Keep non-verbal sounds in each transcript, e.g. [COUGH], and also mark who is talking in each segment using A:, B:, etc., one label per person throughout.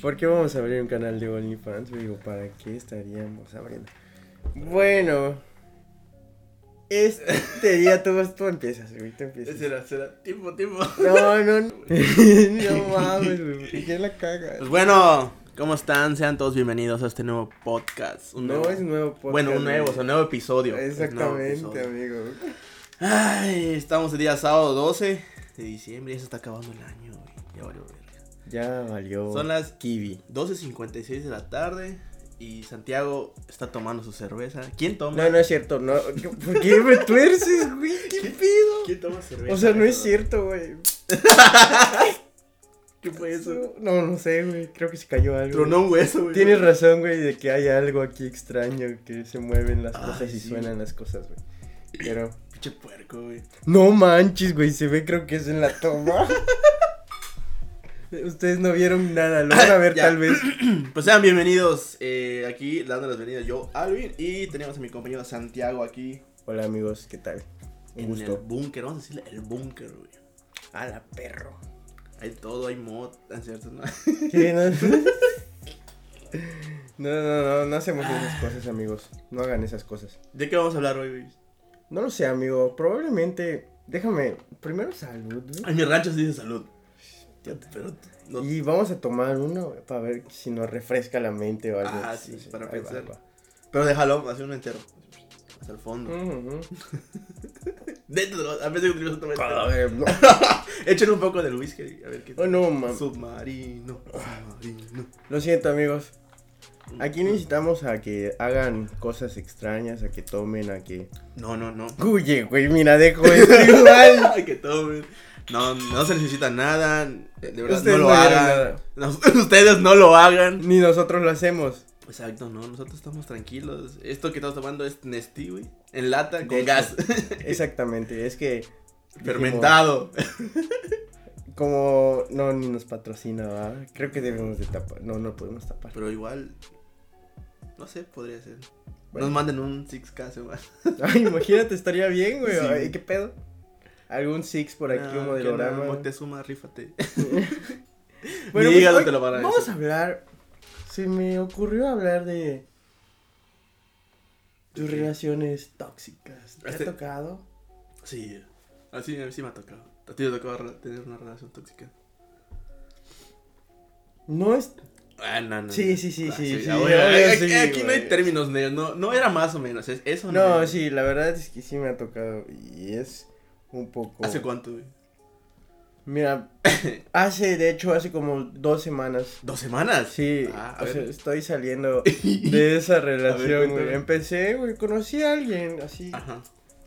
A: ¿Por qué vamos a abrir un canal de OnlyFans? Yo digo, ¿para qué estaríamos abriendo? Bueno, este día tú, tú empiezas, güey, tú empiezas.
B: Será, será. Tiempo, tiempo.
A: No, no, [LAUGHS] no. no mames, güey, ¿por qué la cagas?
B: Pues bueno, ¿cómo están? Sean todos bienvenidos a este nuevo podcast. Un
A: No
B: nuevo-
A: es nuevo podcast.
B: Bueno, un nuevo, o sea, un nuevo episodio.
A: güey.
B: Un
A: Exactamente,
B: nuevo episodio.
A: amigo.
B: Ay, estamos el día sábado 12 de diciembre. Ya se está acabando el año, güey. Ya valió verga.
A: Ya valió.
B: Son las
A: kiwi.
B: 12.56 de la tarde y Santiago está tomando su cerveza. ¿Quién toma?
A: No, no es cierto, no. ¿Por qué me tuerces, güey? ¿Qué pido?
B: ¿Quién toma cerveza?
A: O sea, no es
B: cabrón?
A: cierto, güey.
B: ¿Qué fue eso?
A: No, no sé, güey. Creo que se cayó algo.
B: Tronó un hueso, güey.
A: Tienes razón, güey, de que hay algo aquí extraño, que se mueven las
B: Ay,
A: cosas y
B: sí.
A: suenan las cosas, güey. Pero...
B: Pinche puerco, güey.
A: No manches, güey, se ve creo que es en la
B: [LAUGHS]
A: toma. Ustedes no vieron nada, lo van a ver
B: [LAUGHS] Ya.
A: tal vez.
B: Pues sean bienvenidos eh, aquí, dando las bienvenidas yo, Alvin, y tenemos a mi compañero Santiago aquí
A: Hola amigos, ¿qué tal? Un
B: en el
A: gusto.
B: búnker, vamos a decirle el búnker, güey.
A: A la perro.
B: Hay todo, hay mod, ¿no es ¿cierto? [LAUGHS] No?
A: ¿Qué? No, [LAUGHS] no, no, no, no hacemos esas cosas, amigos. No hagan esas cosas.
B: ¿De qué vamos a hablar hoy, güey?
A: No lo sé, amigo. Probablemente. Déjame. Primero salud, güey.
B: En mi rancho se dice salud. Ya, Pero no-
A: Y vamos a tomar uno para ver si nos refresca la mente o algo.
B: Ah, sí, para
A: ahí va,
B: pensar.
A: va.
B: Pero déjalo, hace uno entero. Hasta el fondo.
A: Ujú.
B: Dentro, a veces utilizas otro
A: A ver, no.
B: Échale un poco del whisky, a ver qué
A: Ah. Oh, no, mam.
B: Submarino, submarino. Mm.
A: Lo siento, amigos. Aquí necesitamos a que hagan cosas extrañas, a que tomen, a que.
B: No, no, [LAUGHS] no.
A: Huye, güey, mira, dejo
B: [LAUGHS]
A: esto igual.
B: Ay, que tomen. No, no se necesita nada. De verdad,
A: Ustedes Este
B: no lo
A: no vieron
B: hagan.
A: nada.
B: No, [LAUGHS] ustedes no lo hagan.
A: Ni nosotros lo hacemos.
B: Exacto, no. Nosotros estamos tranquilos. Esto que estamos tomando es Nestí, güey. En lata, con
A: De hecho.
B: gas.
A: Exactamente, es que.
B: [LAUGHS] Fermentado.
A: dijimos, Como. No, ni nos patrocina, ¿va? Creo que debemos de tapar. No, no podemos tapar. [LAUGHS]
B: Pero igual. No sé, podría ser.
A: Bueno.
B: Nos manden un 6K, se va.
A: Ay, imagínate, estaría bien, güey.
B: Sí.
A: Ay, ¿Qué pedo? ¿Algún Six por aquí, un
B: No, Ah, que no,
A: modelograma?
B: Moctezuma, rífate. [LAUGHS]
A: Bueno,
B: Ni
A: pues,
B: hígado
A: hoy
B: te lo van a
A: Vamos
B: decir.
A: a hablar. Se me ocurrió hablar de. Tus
B: Ok.
A: relaciones tóxicas. ¿Te ha
B: Este-
A: tocado?
B: Sí, así, sí me ha tocado. A ti te tocó re- tener una relación tóxica.
A: No es.
B: Ah, no, no.
A: Sí,
B: no.
A: sí, sí,
B: Ah,
A: sí, sí,
B: ah, bueno,
A: obvio,
B: aquí-
A: sí,
B: aquí no hay
A: güey.
B: términos negros. No, no era más o menos. Es, eso
A: No,
B: es.
A: sí, la verdad es que sí me ha tocado. Y es un poco.
B: ¿Hace cuánto, güey? [COUGHS]
A: Mira, hace, de hecho, hace como dos semanas.
B: ¿Dos semanas?
A: Sí,
B: Ah, a
A: o
B: ver.
A: sea, estoy
B: [COUGHS]
A: saliendo de esa relación, güey.
B: cuéntame.
A: Empecé, güey, conocí a alguien, así.
B: [LAUGHS] Ajá.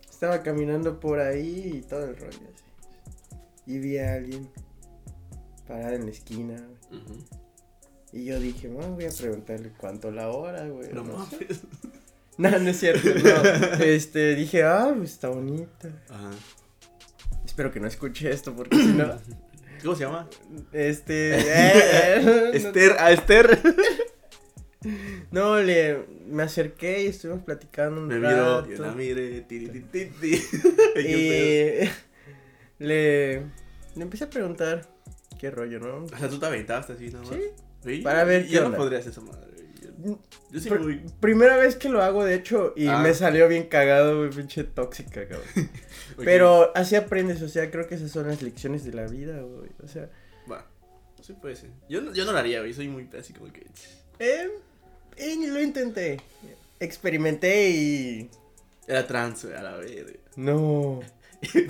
A: Estaba caminando por ahí y todo el rollo así. Y vi a alguien parada en la esquina.
B: Ujú.
A: Y yo dije, bueno, voy a preguntarle cuánto la hora, güey.
B: No
A: sé.
B: mames.
A: [LAUGHS] No, no es cierto, no. Este, dije, ah, pues está bonita.
B: Ajá.
A: Espero que no escuche esto porque si
B: [COUGHS]
A: no,
B: ¿Cómo se llama?
A: este,
B: [LAUGHS]
A: eh, no-
B: Esther, a Esther.
A: [LAUGHS] No, le, me acerqué y estuvimos platicando un
B: Me miro, yo
A: rato. Eh,
B: la mire, ti, ti, ti, [LAUGHS] ti. Qué
A: Y [LAUGHS] le, le empecé a preguntar qué rollo, ¿no?
B: pedo. O sea, tú te aventaste así nada más.
A: Sí.
B: Sí,
A: Para ver qué
B: Yo no
A: onda.
B: podría hacer esa madre. güey. Yo, yo sí
A: Pr-
B: voy.
A: Primera vez que lo hago, de hecho, y
B: Ah.
A: me salió bien cagado, güey, pinche tóxica, cabrón.
B: Ok,
A: Pero así aprendes, o sea, creo que esas son las lecciones de la vida, güey. O sea,
B: Va. Sí puede ser. Yo no, yo no lo haría, güey. Soy muy así como que.
A: eh, eh, lo intenté, experimenté y...
B: Era trans, güey, a la verga. [LAUGHS]
A: No.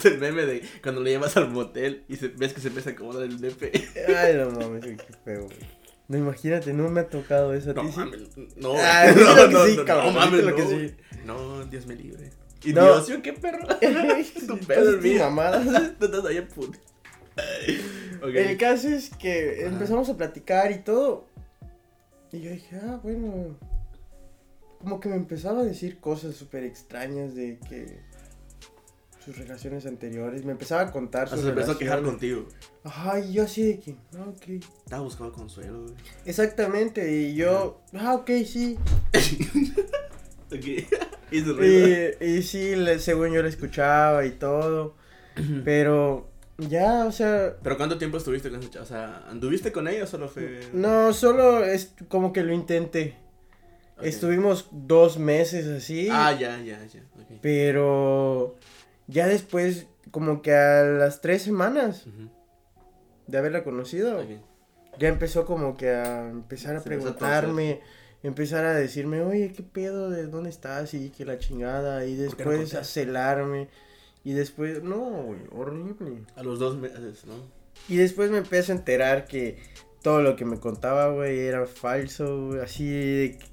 B: El meme de cuando lo llevas al motel y se- ves que se empieza a acomodar el nepe.
A: Ay, no mames, güey, qué feo, güey. No, imagínate, no me ha tocado eso a
B: No
A: ti, [LAUGHS] sí?
B: mames, [LAUGHS] no.
A: Ah,
B: no,
A: viste lo que
B: no,
A: sí,
B: no,
A: cabrón,
B: no
A: viste
B: mames,
A: lo
B: no,
A: que sí.
B: güey. No, Dios me libre. Y
A: No.
B: Dios, yo qué perro. tu pedo,
A: mi
B: mío.
A: mamada.
B: [LAUGHS] No estás ahí Eh, puto. Ok.
A: El caso es que
B: Ajá.
A: empezamos a platicar y todo. Y yo dije, ah, bueno. Como que me empezaba a decir cosas súper extrañas de que sus relaciones anteriores. Me empezaba a contar
B: O sea,
A: sus
B: Ah, se empezó a quejar
A: relaciones.
B: contigo.
A: Ajá, y yo así de que, ah, ok.
B: Estaba buscando consuelo, güey.
A: Exactamente, y yo, ah, ok, sí.
B: [LAUGHS] Ok. Y su ruido.
A: Y, y sí, le- según yo la escuchaba y todo. Pero Ya, o sea,
B: ¿Pero cuánto tiempo estuviste con esa chava? O sea, ¿anduviste con ella o solo fue...?
A: no, solo es como que lo intenté.
B: Ok.
A: Estuvimos dos meses así.
B: Ah, ya, ya, ya. ok.
A: Pero ya después, como que a las tres semanas
B: Ujú,
A: de haberla conocido,
B: ok.
A: ya empezó como que a empezar a
B: Se empezó a torcer.
A: preguntarme, empezar a decirme, oye, ¿qué pedo? ¿De dónde estás? Y que la chingada. Y
B: ¿Por qué no
A: después a
B: contaste?
A: celarme. Y después, no, güey, horrible.
B: A los dos meses, ¿no?
A: Y después me empiezo a enterar que todo lo que me contaba, güey, era falso, güey, así de que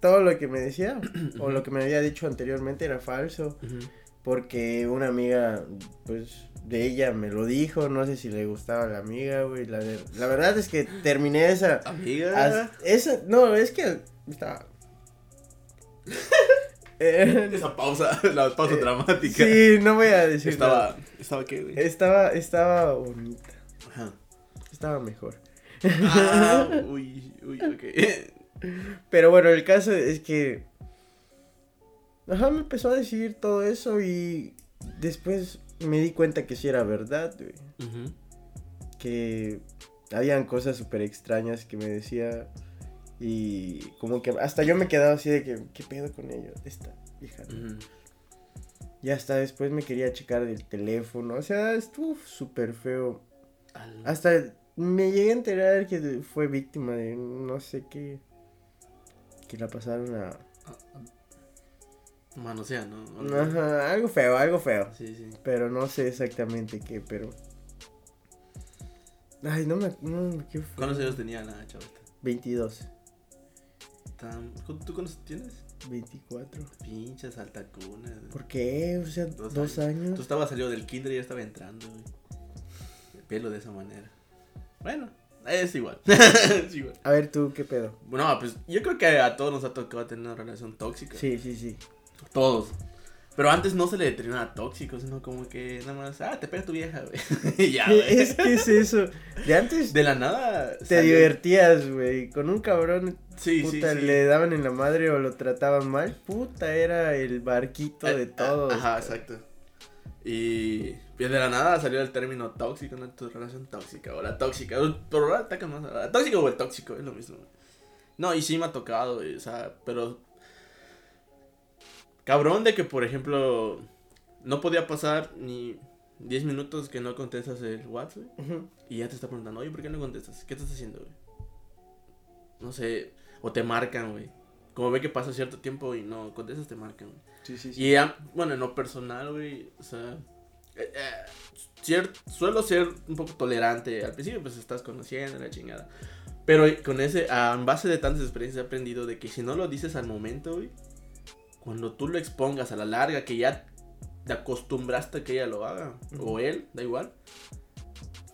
A: todo lo que me
B: [CLEARS THROAT]
A: decía o lo que me había dicho anteriormente era falso,
B: Ujú.
A: porque una amiga, pues, de ella me lo dijo, no sé si le gustaba la amiga, güey, la, de- la verdad es que terminé esa,
B: Amiga.
A: as- esa, no, es que estaba... [LAUGHS] Eh,
B: [LAUGHS] Esa pausa, la pausa
A: Eh,
B: dramática.
A: sí, no voy a decir nada.
B: Estaba, estaba qué, güey.
A: Estaba, estaba bonita,
B: Ajá.
A: estaba mejor.
B: Ah, uy, uy, ok.
A: Pero bueno, el caso es que. Ajá, me empezó a decir todo eso y después me di cuenta que sí era verdad, güey.
B: Ujú.
A: Que habían cosas súper extrañas que me decía y como que hasta yo me quedaba así de que, ¿qué pedo con ello? Esta hija.
B: Ujú.
A: Y hasta después me quería checar el teléfono, o sea, estuvo súper feo.
B: Al-
A: Hasta me llegué a enterar que fue víctima de no sé qué. Que la pasaron a
B: Manosea, ¿no? Algo-
A: Ajá, algo feo, algo feo.
B: Sí, sí.
A: Pero no sé exactamente qué, pero. Ay, no me. No, ¿Qué fue?
B: ¿Cuántos años tenía la chavita?
A: 22,
B: Tan- ¿Cu- ¿Tú cuántos tienes?
A: 24.
B: Pinches altacunas. güey.
A: ¿Por qué? O sea, dos,
B: Dos
A: años.
B: Tú estabas salido del kinder y ya estaba entrando, güey. El pelo de esa manera. Bueno, es igual. [LAUGHS] es igual.
A: A ver, tú, ¿qué pedo?
B: Bueno, pues yo creo que a todos nos ha tocado tener una relación tóxica.
A: Sí, sí, sí.
B: Todos. Pero antes no se le determinaba tóxico, sino como que nada más, ah, te pega tu vieja, güey. [LAUGHS] y ya, güey.
A: Es que es eso. De antes
B: De la nada.
A: te
B: salió-
A: divertías, güey. Con un cabrón,
B: Sí, sí,
A: puta,
B: sí.
A: le daban en la madre o lo trataban mal. Puta, era el barquito de
B: Eh,
A: todo.
B: Ajá, exacto. Y pues, de la nada salió el término tóxico, ¿no? Tu relación tóxica o la tóxica. Pero ahora atacan más. a la Tóxico o el tóxico, es lo mismo. No, y sí me ha tocado, güey, o sea, pero... Cabrón de que, por ejemplo, no podía pasar ni 10 minutos que no contestas el WhatsApp. güey,
A: Ujú.
B: Y ya te está preguntando, oye, ¿por qué no contestas? ¿Qué estás haciendo, güey? No sé, o te marcan, güey. Como ve que pasa cierto tiempo y no contestas, te marcan, güey.
A: Sí, sí, sí.
B: Y a- bueno, en lo personal, güey, o sea, eh, eh, cier- suelo ser un poco tolerante. Al principio, pues estás conociendo la chingada. Pero eh, con ese, a en base de tantas experiencias he aprendido de que si no lo dices al momento, güey, cuando tú lo expongas a la larga, que ya te acostumbraste a que ella lo haga,
A: Ujú.
B: o él, da igual.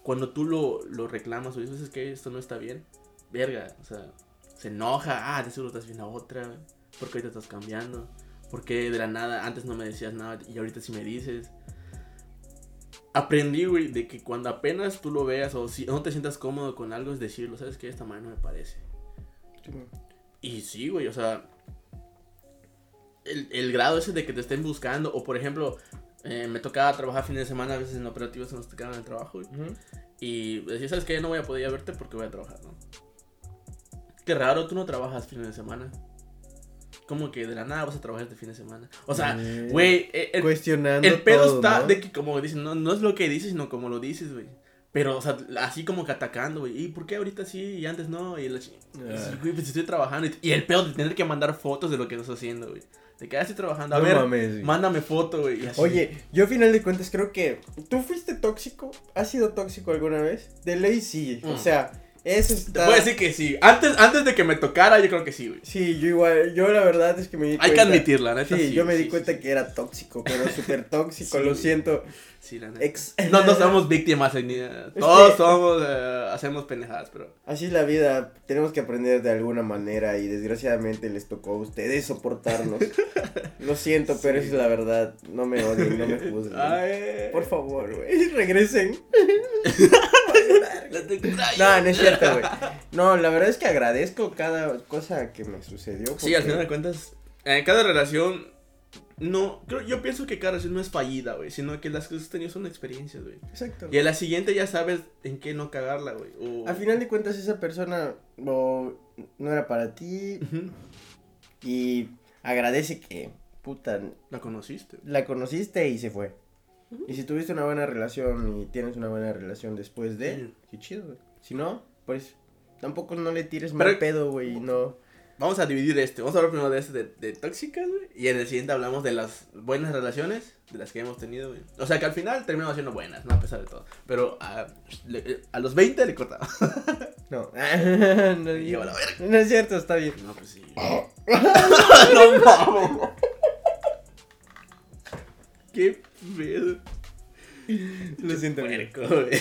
B: Cuando tú lo, lo reclamas o dices "Es que esto no está bien, verga, o sea, se enoja, ah, de seguro estás viendo a otra, porque ahorita estás cambiando. Porque de la nada, antes no me decías nada y ahorita sí me dices. Aprendí, güey, de que cuando apenas tú lo veas o si no te sientas cómodo con algo es decirlo, ¿sabes qué? Esta manera no me parece. Y sí, güey, o sea, el, el grado ese de que te estén buscando o por ejemplo, eh, me tocaba trabajar fines de semana a veces en operativos se nos tocaban el trabajo, güey.
A: Ujú.
B: Y decía, ¿sabes qué? No voy a poder ir a verte porque voy a trabajar, ¿no? Qué raro, tú no trabajas fines de semana. Como que de la nada vas a trabajar este fin de semana. O sea,
A: Eh,
B: güey, eh, el,
A: Cuestionando.
B: el pedo
A: todo,
B: está
A: ¿no?
B: de que, como dicen, no, no es lo que dices, sino como lo dices, güey. Pero, o sea, así como que atacando, güey. ¿Y por qué ahorita sí y antes no? Y la chi-
A: Ah.
B: Güey, pues estoy trabajando. Y, y el pedo de tener que mandar fotos de lo que estás haciendo, güey. De que ah, estoy trabajando. A
A: No
B: ver,
A: mames, güey.
B: mándame foto, güey. y así.
A: Oye, yo a final de cuentas creo que tú fuiste tóxico, has sido tóxico alguna vez, de ley sí, o
B: Mm.
A: sea, eso
B: Te
A: está.
B: puedo decir que sí. Antes, antes de que me tocara, yo creo que sí, güey.
A: Sí, yo igual, yo la verdad es que me di
B: Hay que
A: cuenta.
B: admitirla, neta.
A: Sí, yo me
B: güey,
A: di
B: sí,
A: cuenta
B: sí, sí.
A: que era tóxico,
B: [LAUGHS]
A: pero súper tóxico,
B: Sí,
A: lo
B: güey.
A: siento.
B: Sí, la neta.
A: Ex-
B: No, no somos víctimas. eh, ni- Todos
A: que-
B: somos. eh, hacemos pendejadas, pero.
A: [LAUGHS] Así es la vida, tenemos que aprender de alguna manera y desgraciadamente les tocó a ustedes
B: [LAUGHS]
A: soportarnos. lo siento, pero
B: Sí.
A: esa es la verdad, no me odien, no me juzguen.
B: Ay.
A: Pues, Por favor, güey, regresen.
B: La tengo-
A: No, no es cierto,
B: [LAUGHS]
A: güey. No, la verdad es que agradezco cada cosa que me sucedió.
B: Sí, al final de cuentas, en cada relación No, creo, yo pienso que cada relación no es fallida, güey, sino que las que has tenido son experiencias, güey.
A: Exacto.
B: Y a la siguiente ya sabes en qué no cagarla, güey. o-
A: Al final de cuentas, esa persona o no era para ti
B: Ujú,
A: y agradece que, puta,
B: La conociste. güey.
A: la conociste y se fue. Y si tuviste una buena relación y tienes una buena relación después de,
B: Sí.
A: qué chido, güey. Si no, pues tampoco no le tires
B: Pero-
A: mal pedo, güey, y no.
B: Vamos a dividir este. Vamos a hablar primero de este de, de tóxicas, güey. Y en el siguiente hablamos de las buenas relaciones, de las que hemos tenido, güey. O sea que al final terminamos siendo buenas, ¿no? A pesar de todo. Pero a, le- a los 20 le cortaba. [LAUGHS]
A: No. [LAUGHS] no,
B: Y yo, a la
A: no es cierto, está bien.
B: No, pues sí. [LAUGHS] no mames. Qué pedo.
A: Lo siento, güey.
B: [LAUGHS] Puerco, güey.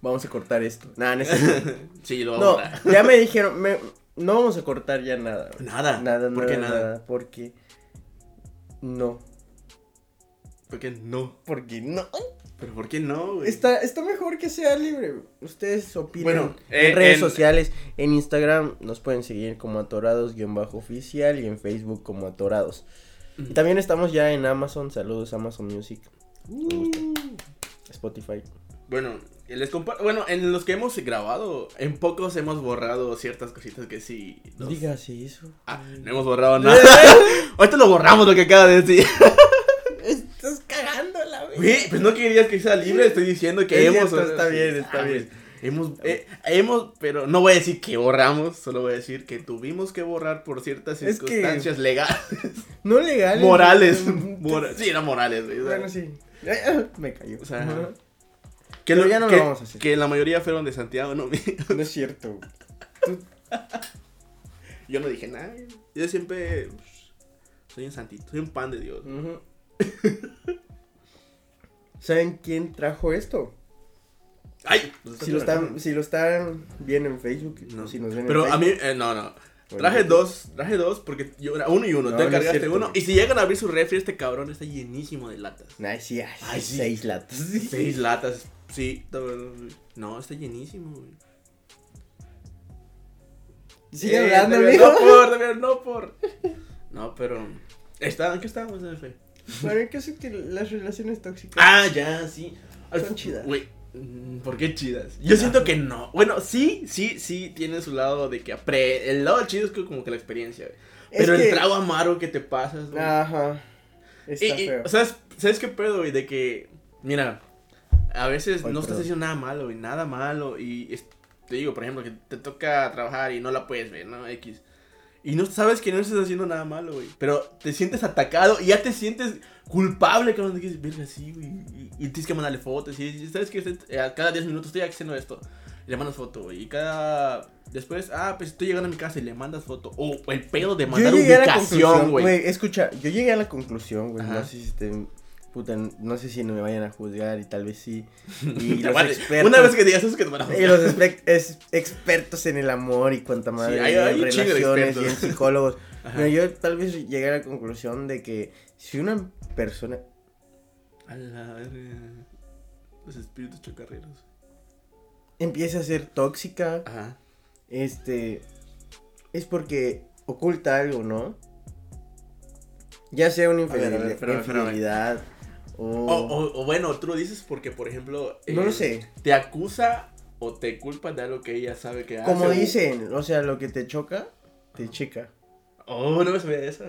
A: Vamos a cortar esto. Nah, no es
B: [LAUGHS]
A: cierto.
B: Sí, lo
A: No,
B: vamos a
A: [LAUGHS] ya me dijeron, me- no vamos a cortar ya nada. güey.
B: Nada.
A: Nada, nada,
B: ¿Por qué
A: nada,
B: nada?
A: Porque no,
B: ¿Por qué no?
A: porque no.
B: ¿Pero por qué no, güey?
A: Está, está mejor que sea libre. güey. Ustedes opinen.
B: Bueno, eh,
A: en redes
B: en-
A: sociales, en Instagram nos pueden seguir como atorados-oficial y en Facebook como atorados. Y también estamos ya en Amazon. Saludos Amazon Music, Spotify.
B: Bueno, les compa- bueno, en los que hemos grabado, en pocos hemos borrado ciertas cositas que sí. nos-
A: Dígase eso.
B: Ah, no hemos
A: [LAUGHS]
B: borrado nada. Ahorita lo borramos lo que acaba de decir.
A: Estás cagando la
B: Güey, pues no querías que sea libre, estoy diciendo que
A: Es
B: hemos.
A: cierto, está bien, está
B: Ah,
A: bien.
B: pues, Hemos, eh, hemos, pero no voy a decir que borramos, solo voy a decir que tuvimos que borrar por ciertas
A: Es que- [LAUGHS]
B: circunstancias legales,
A: No legal.
B: morales. [LAUGHS] ah, mora- sí, eran morales, güey. o sea,
A: Bueno, sí. Me cayó.
B: O sea,
A: Ajá.
B: que,
A: Pero
B: lo-
A: ya no lo
B: que-
A: vamos a hacer.
B: que la mayoría fueron de Santiago, no [LAUGHS] mío.
A: [LAUGHS] No es cierto. güey.
B: Yo no dije nada. Yo siempre pues, soy un santito, soy un pan de Dios.
A: [LAUGHS] ¿Saben quién trajo esto?
B: Ay, pues,
A: Si lo están, si lo están bien en Facebook,
B: No.
A: si nos ven en
B: Pero a
A: Facebook. pues,
B: mí, eh, no, no.
A: Bueno,
B: Traje
A: sí.
B: dos, traje dos porque yo era uno y uno.
A: No,
B: Tú
A: no es
B: encargaste
A: cierto,
B: uno. Y
A: güey.
B: si llegan a abrir su refri, este cabrón está llenísimo de latas.
A: Ay, sí, ay,
B: Ay, sí.
A: seis latas.
B: Seis latas, sí. No, está llenísimo, güey.
A: Sigue
B: Eh,
A: hablando,
B: de ver-
A: amigo.
B: No por, de ver, no
A: [LAUGHS]
B: por. No, pero. ¿Está, ¿En qué estábamos, jefe?
A: Bueno, el caso es que las relaciones tóxicas.
B: Ah, ya, sí. Al-
A: Son chidas. Ah.
B: Güey, mm, ¿por qué chidas? Yo siento que no. Bueno, sí, sí, sí, tiene su lado de que apre... El lado chido es que como que la experiencia, güey.
A: Es
B: Pero
A: que-
B: el trago amargo que te pasas, güey.
A: Ajá. Está
B: Y- Ah. y,
A: feo.
B: ¿sabes, ¿Sabes qué pedo, güey? De que, mira, a veces
A: Ay,
B: no estás
A: perdón.
B: haciendo nada malo, güey, nada malo. Y es- te digo, por ejemplo, que te toca trabajar y no la puedes ver, ¿no? X. Y no sabes que no estás haciendo nada malo, güey. Pero te sientes atacado y ya te sientes culpable, cabrón. Dices, verga, sí, güey. Y, y tienes que mandarle fotos. Y dices, sabes que cada 10 minutos estoy haciendo esto. Y le mandas foto, güey. Y cada. Después, ah, pues estoy llegando a mi casa y le mandas foto. O el pedo de
A: Yo
B: mandar
A: llegué a la
B: ubicación,
A: conclusión,
B: güey.
A: güey. Escucha, yo llegué a la conclusión, güey. No
B: Ajá.
A: sé si estén. Puta, no sé si me vayan a juzgar y tal vez
B: [LAUGHS]
A: sí. Y los
B: Aparte,
A: expertos.
B: Una vez que digas eso, que te van a
A: Y los espe- es- expertos en el amor y cuanta madre.
B: hay-
A: y en
B: hay un chingo de
A: relaciones y en
B: expertos. [LAUGHS]
A: psicólogos.
B: Ajá.
A: Pero yo tal vez llegué a la conclusión de que si una persona.
B: A la verga. Los espíritus chocarreros.
A: empieza a ser tóxica,
B: Ajá.
A: este, es porque oculta algo, ¿no? Ya sea una
B: ver, a ver,
A: infidelidad,
B: espérame, espérame.
A: infidelidad,
B: O,
A: o...
B: o, o bueno, tú lo dices porque, por ejemplo.
A: no
B: eh,
A: lo sé,
B: Te acusa o te culpa de algo que ella sabe que hace.
A: como
B: o-
A: dicen, o sea, lo que te choca, te chica.
B: Oh, no me sabía esa.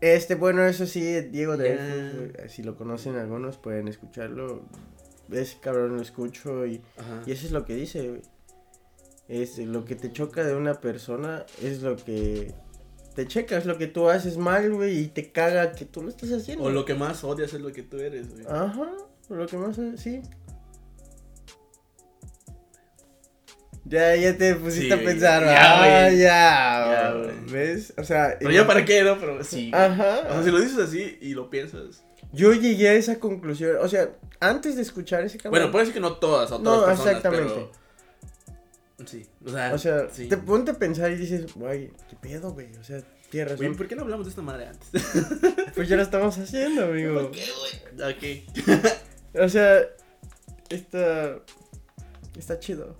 A: Este, bueno, eso sí, Diego de
B: Ya.
A: Elfos, si lo conocen algunos pueden escucharlo, ese cabrón lo escucho y,
B: Ajá.
A: y eso es lo que dice, güey. Este, lo que te choca de una persona es lo que te checa, es lo que tú haces mal, güey, y te caga que tú lo estás haciendo.
B: O lo que más odias es lo que tú eres, güey.
A: Ajá, lo que más es, sí. Ya, ya te pusiste
B: Sí,
A: a pensar,
B: ya,
A: ah,
B: güey.
A: ya,
B: Ya,
A: güey.
B: güey.
A: ¿ves? O sea,
B: Pero
A: y- Ah.
B: ya para qué, ¿no? Pero sí.
A: Ajá.
B: O sea, si lo dices así y lo piensas.
A: Yo llegué a esa conclusión, o sea, antes de escuchar ese cabrón.
B: Bueno, puede ser que no todas, otras
A: No,
B: personas,
A: exactamente.
B: pero- Sí. O sea,
A: O sea,
B: pues, sí.
A: te ponte a pensar y dices, güey, qué pedo, güey, o sea, tienes
B: Güey, pues,
A: razón.
B: ¿por qué no hablamos de esta madre antes? [LAUGHS]
A: Pues ya lo estamos haciendo, amigo.
B: ok.
A: O sea, está. Está chido.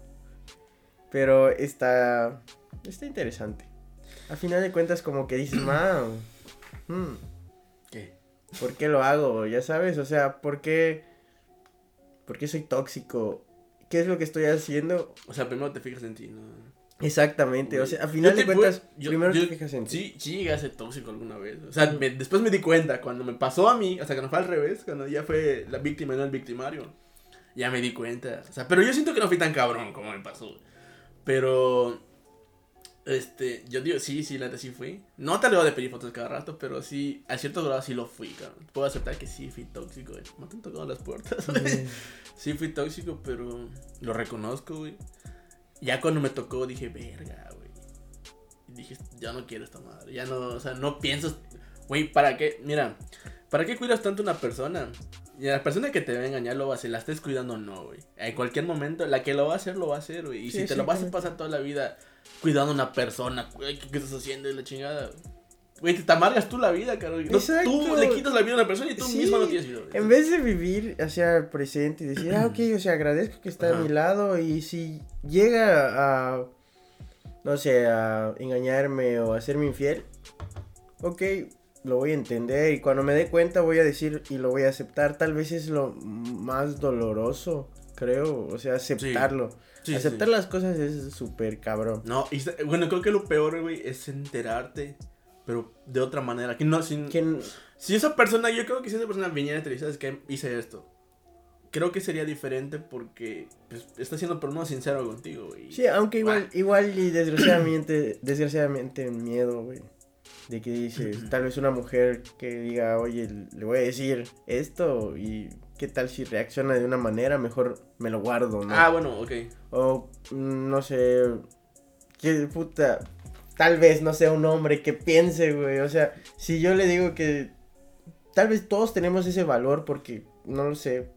A: Pero está. [CLEARS THROAT] Está interesante. A final de cuentas, como que dices, wow. mm,
B: Ok,
A: ¿Por qué lo hago? Ya sabes, o sea, ¿por qué, ¿por qué soy tóxico? ¿Qué es lo que estoy haciendo?
B: O sea, primero te fijas en ti, ¿no?
A: Exactamente, o
B: Güey,
A: sea, a
B: yo
A: final de
B: te
A: cuentas,
B: puedo- yo-
A: primero
B: yo-
A: te fijas en ti.
B: Sí, sí llegué a ser tóxico alguna vez. O sea, me- después me di cuenta, cuando me pasó a mí, hasta que no fue al revés, cuando ya fue la víctima y no el victimario, ya me di cuenta. O sea, pero yo siento que no fui tan cabrón como me pasó. Pero, este, yo digo, sí, sí, la neta sí fui. No te lo de pedir fotos cada rato, pero sí, a cierto grado sí lo fui, cabrón. Puedo aceptar que sí fui tóxico, güey. Me han tocado las puertas,
A: [LAUGHS]
B: güey.
A: Eh,
B: Sí, [LAUGHS] fui tóxico, pero lo reconozco, güey. Ya cuando me tocó dije, verga, güey. Y Dije, ya no quiero esta madre. Ya no, o sea, no pienso. Güey, ¿para qué? Mira, ¿para qué cuidas tanto a una persona? Y a la persona que te va a engañar lo va a hacer, la estés cuidando o no, güey. En cualquier momento, la que lo va a hacer, lo va a hacer, güey. Y
A: Sí,
B: si te lo vas a
A: exactamente.
B: pasar toda la vida cuidando a una persona, güey, ¿qué, qué estás haciendo? Y la chingada, güey. Güey, te amargas tú la vida, caro. No, tú
A: Exacto.
B: le quitas la vida a una persona y tú
A: Sí.
B: mismo no tienes vida. güey.
A: En vez de vivir hacia el presente y decir, ah, ok, o sea, agradezco que está
B: Ajá.
A: a mi lado y si llega a, no sé, a engañarme o a hacerme infiel, ok, lo voy a entender y cuando me dé cuenta voy a decir y lo voy a aceptar. Tal vez es lo más doloroso, creo, o sea, aceptarlo.
B: Sí, sí, sí.
A: Aceptar las cosas es súper cabrón.
B: No, y sa- bueno, creo que lo peor, güey, es enterarte, pero de otra manera. Que no, sin,
A: Que-
B: Si esa persona, yo creo que si esa persona viniera y te dice, "Sabes qué? hice esto, creo que sería diferente porque pues, está siendo por lo menos sincero contigo, güey.
A: Sí, aunque igual,
B: Bueno.
A: igual y desgraciadamente, [CLEARS THROAT] desgraciadamente miedo, güey. De que dices, tal vez una mujer que diga, oye, le voy a decir esto y qué tal si reacciona de una manera, mejor me lo guardo, ¿no?
B: Ah, bueno, ok.
A: O mm, no sé, qué puta, tal vez no sea un hombre que piense, güey. O sea, si yo le digo que tal vez todos tenemos ese valor porque, no lo sé,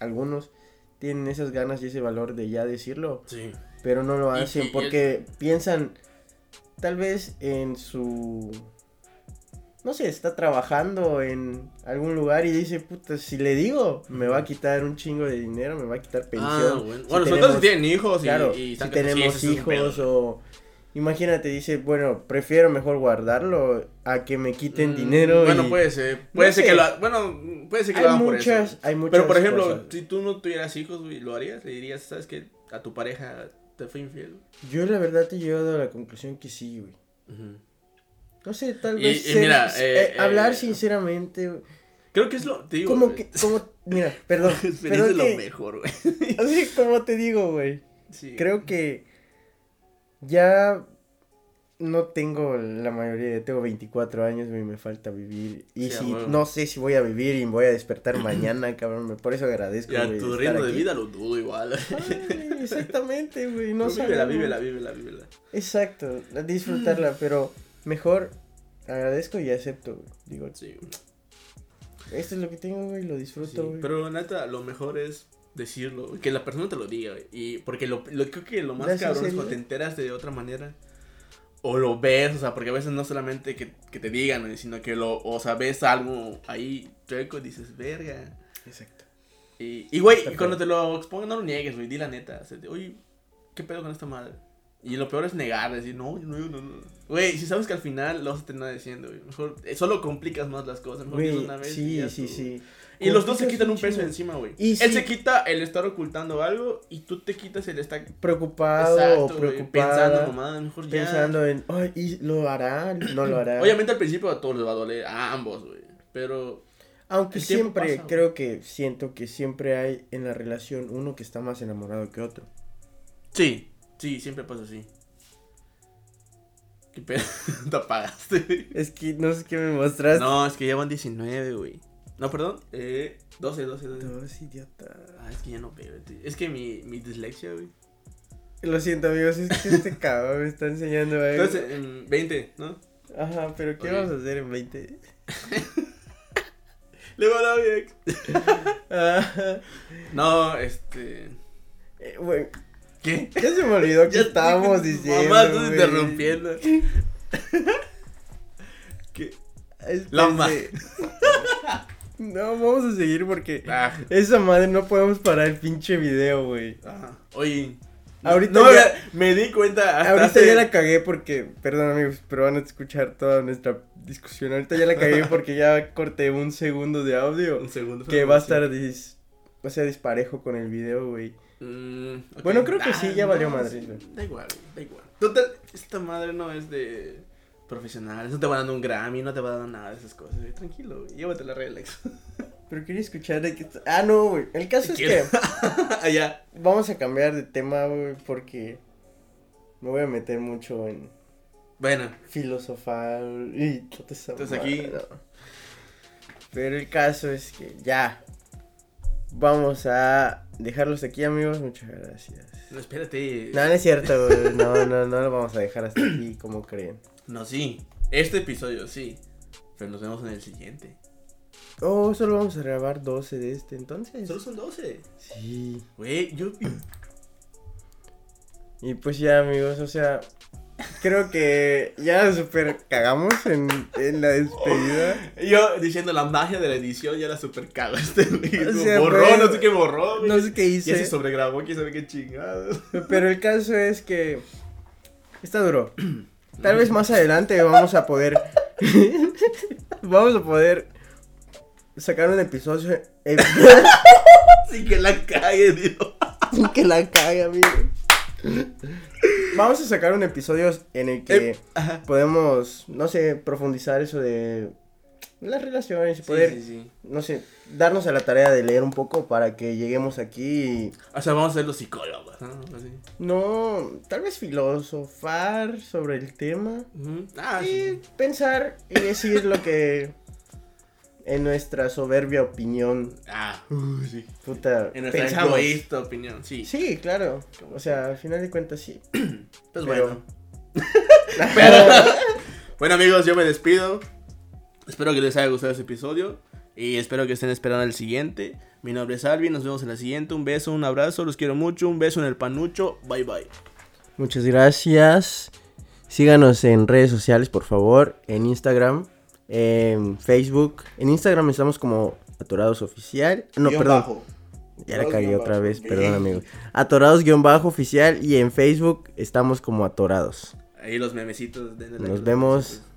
A: algunos tienen esas ganas y ese valor de ya decirlo
B: Sí.
A: pero no lo
B: Y-
A: hacen
B: y- y-
A: porque piensan tal vez en su no sé, está trabajando en algún lugar y dice, puta, si le digo, me va a quitar un chingo de dinero, me va a quitar pensión.
B: Ah, bueno.
A: Si
B: bueno, sobre todo
A: tenemos-
B: si tienen hijos y,
A: claro,
B: y
A: si
B: están casados, sí,
A: tenemos
B: ese es un pedo.
A: hijos o imagínate, dice, bueno, prefiero mejor guardarlo a que me quiten
B: Mm,
A: dinero
B: Bueno,
A: y
B: puede ser. Puede
A: No
B: ser
A: sé.
B: que lo. ha- Bueno, puede ser que lo
A: hay
B: hagan por eso.
A: muchas, hay muchas
B: Pero por ejemplo,
A: cosas.
B: si tú no tuvieras hijos, güey, ¿lo harías? Le dirías, ¿sabes qué? A tu pareja te fue infiel.
A: yo la verdad te he llegado a la conclusión que sí, güey. No sé, tal
B: Y-
A: vez
B: y
A: ser-
B: mira,
A: eh,
B: eh,
A: hablar
B: eh,
A: sinceramente, güey.
B: Creo que es lo. Te digo.
A: Como
B: güey.
A: que, como, mira, perdón,
B: Tu [LAUGHS] experiencia
A: perdón
B: es lo
A: que,
B: mejor, güey.
A: [LAUGHS] así como te digo, güey,
B: Sí.
A: creo que ya no tengo la mayoría, tengo 24 años, güey, me falta vivir, y
B: Sí, a
A: si,
B: huevo.
A: no sé si voy a vivir y voy a
B: [CLEARS THROAT]
A: despertar mañana, cabrón, me- por eso agradezco,
B: Ya
A: güey,
B: tu
A: estar
B: ritmo de
A: aquí.
B: vida lo dudo igual. [LAUGHS]
A: Ay, exactamente, güey, no
B: No vívela,
A: sabemos.
B: vívela, Mm. vívela, vívela.
A: Exacto, la- disfrutarla, pero mejor agradezco y acepto, güey, digo,
B: Sí,
A: esto es lo que tengo, güey, lo disfruto,
B: sí.
A: güey.
B: Pero neta, lo mejor es decirlo, güey, que la persona te lo diga, güey. Y porque lo, lo- creo que lo más
A: La
B: cabrón es cuando
A: sinceridad.
B: te enteras de otra manera. O lo ves, o sea, porque a veces no solamente que, que te digan, güey, sino que lo, o sea, ves algo ahí chueco y dices, verga.
A: Exacto.
B: Y, y, güey,
A: Perfecto.
B: cuando te lo expongan, no lo niegues, güey, di la neta. O sea, de, Oye, ¿qué pedo con esta madre? Y lo peor es negar, decir, no, yo no, yo no, no. Güey, si sabes que al final lo vas a terminar diciendo, güey. Mejor, eh, solo complicas más las cosas. Mejor dilo
A: Güey,
B: una vez. y
A: sí,
B: ya
A: sí,
B: estuvo.
A: sí.
B: Y los dos se
A: Complicas
B: quitan un
A: un
B: peso
A: chingo.
B: encima, güey.
A: Y
B: Él
A: sí.
B: se quita el estar ocultando algo y tú te quitas el estar
A: preocupado
B: exacto,
A: o
B: güey,
A: preocupada,
B: pensando, mamá, mejor ya.
A: pensando en, ay, ¿y lo hará? ¿No lo hará?
B: Obviamente al principio a todos les va a doler, a ambos, güey. Pero
A: Aunque
B: el tiempo
A: siempre,
B: pasa, güey.
A: creo que siento que siempre hay en la relación uno que está más enamorado que otro.
B: Sí, sí, siempre pasa así. ¿Qué pedo? [LAUGHS] Te apagaste, güey.
A: Es que no sé qué me mostraste.
B: No, es que ya van 19, güey. No, perdón. Eh, 12, 12, 12.
A: Dos idiota.
B: Ah, es que ya no veo. tío. Es que mi, mi dislexia, güey.
A: Eh. Lo siento, amigos, es que este cabrón me está enseñando algo.
B: Entonces, en 20, ¿no?
A: Ajá, pero ¿qué
B: Ok.
A: vamos a hacer en 20?
B: Le va a dar bien.
A: Ah,
B: No, este.
A: eh, güey,
B: ¿Qué?
A: ya se me
B: [LAUGHS]
A: olvidó que estábamos diciendo.
B: Mamá, estás
A: güey.
B: interrumpiendo. ¿Qué? La ma-
A: Espérense. No, vamos a seguir porque
B: Ah,
A: Esa madre no podemos parar el pinche video, güey.
B: ah. Oye,
A: Ahorita
B: no,
A: ya-
B: me di cuenta hasta
A: Ahorita
B: hace-
A: ya la cagué porque, perdón amigos, pero van a escuchar toda nuestra discusión. Ahorita ya la cagué
B: [LAUGHS]
A: porque ya corté un segundo de audio
B: un segundo.
A: que va a estar, dis- o sea, disparejo con el video, güey.
B: Mm, ok. Ah,
A: Bueno, creo que sí, ya valió madre,
B: sí,
A: güey.
B: Da igual, güey, da igual. Total, esta madre no es de profesionales, no te va dando un Grammy, no te va dando nada de esas cosas, güey. Tranquilo, güey, llévate la relax.
A: Pero quería escuchar de que... está- Ah, no, güey. El caso es
B: [LAUGHS] Quiero-
A: que
B: Allá.
A: vamos a cambiar de tema, güey, porque me voy a meter mucho en
B: [LAUGHS] Bueno,
A: filosofar y toda esa
B: Entonces,
A: madre,
B: aquí-
A: no. Pero el caso es que ya. Vamos a dejarlos aquí, amigos. Muchas gracias.
B: no, espérate.
A: No, no es cierto, güey. No, no, no lo vamos a dejar hasta aquí, como creen.
B: No, sí. Este episodio sí. Pero nos vemos en el siguiente.
A: Oh, solo vamos a grabar 12 de este entonces.
B: Solo son 12.
A: Sí.
B: Güey, yo.
A: Y pues ya, amigos, o sea, creo que ya super cagamos en, en la despedida.
B: [LAUGHS] Yo diciendo la magia de la edición ya la super
A: [LAUGHS]
B: cagaste, güey.
A: O
B: Como
A: sea,
B: borró,
A: güey,
B: no sé qué borró, güey.
A: No sé qué
B: Ya se
A: hice.
B: sobregrabó, quién sabe qué chingados. [LAUGHS]
A: Pero el caso es que está duro. [CLEARS THROAT] Tal
B: Mm.
A: vez más adelante vamos a poder. [LAUGHS] vamos a poder sacar un episodio eh, [LAUGHS]
B: Así que la cague, Dios.
A: sin que la cague, amigo. Vamos a sacar un episodio en el que
B: Eh, ajá.
A: podemos, no sé, profundizar eso de las relaciones y
B: Sí,
A: poder,
B: sí, sí.
A: no sé, darnos a la tarea de leer un poco para que lleguemos aquí y
B: O sea, vamos a ser los psicólogos, ¿no? Así.
A: no, tal vez filosofar sobre el tema.
B: Ujú. Ah,
A: y
B: sí.
A: pensar y decir lo que en nuestra soberbia opinión
B: Ah, uh, sí.
A: puta
B: En nuestra
A: pensamos.
B: egoísta opinión, sí.
A: Sí, claro. O sea, al final de cuentas sí.
B: Pues
A: Pero-
B: [LAUGHS] bueno. Pero... [LAUGHS] bueno, amigos, yo me despido. Espero que les haya gustado este episodio. Y espero que estén esperando el siguiente. Mi nombre es Alvin. Nos vemos en la siguiente. Un beso, un abrazo. Los quiero mucho. Un beso en el panucho. Bye bye.
A: Muchas gracias. Síganos en redes sociales, por favor, en Instagram, en Facebook. En Instagram estamos como Atorados Oficial. No,
B: Guión
A: perdón.
B: bajo.
A: Ya la
B: Atorados
A: cagué
B: guión
A: otra
B: bajo.
A: vez,
B: Bien.
A: perdón, amigos. Atorados-oficial y en Facebook estamos como Atorados.
B: Ahí los memecitos. denle like a
A: Nos
B: los
A: vemos.
B: memecitos.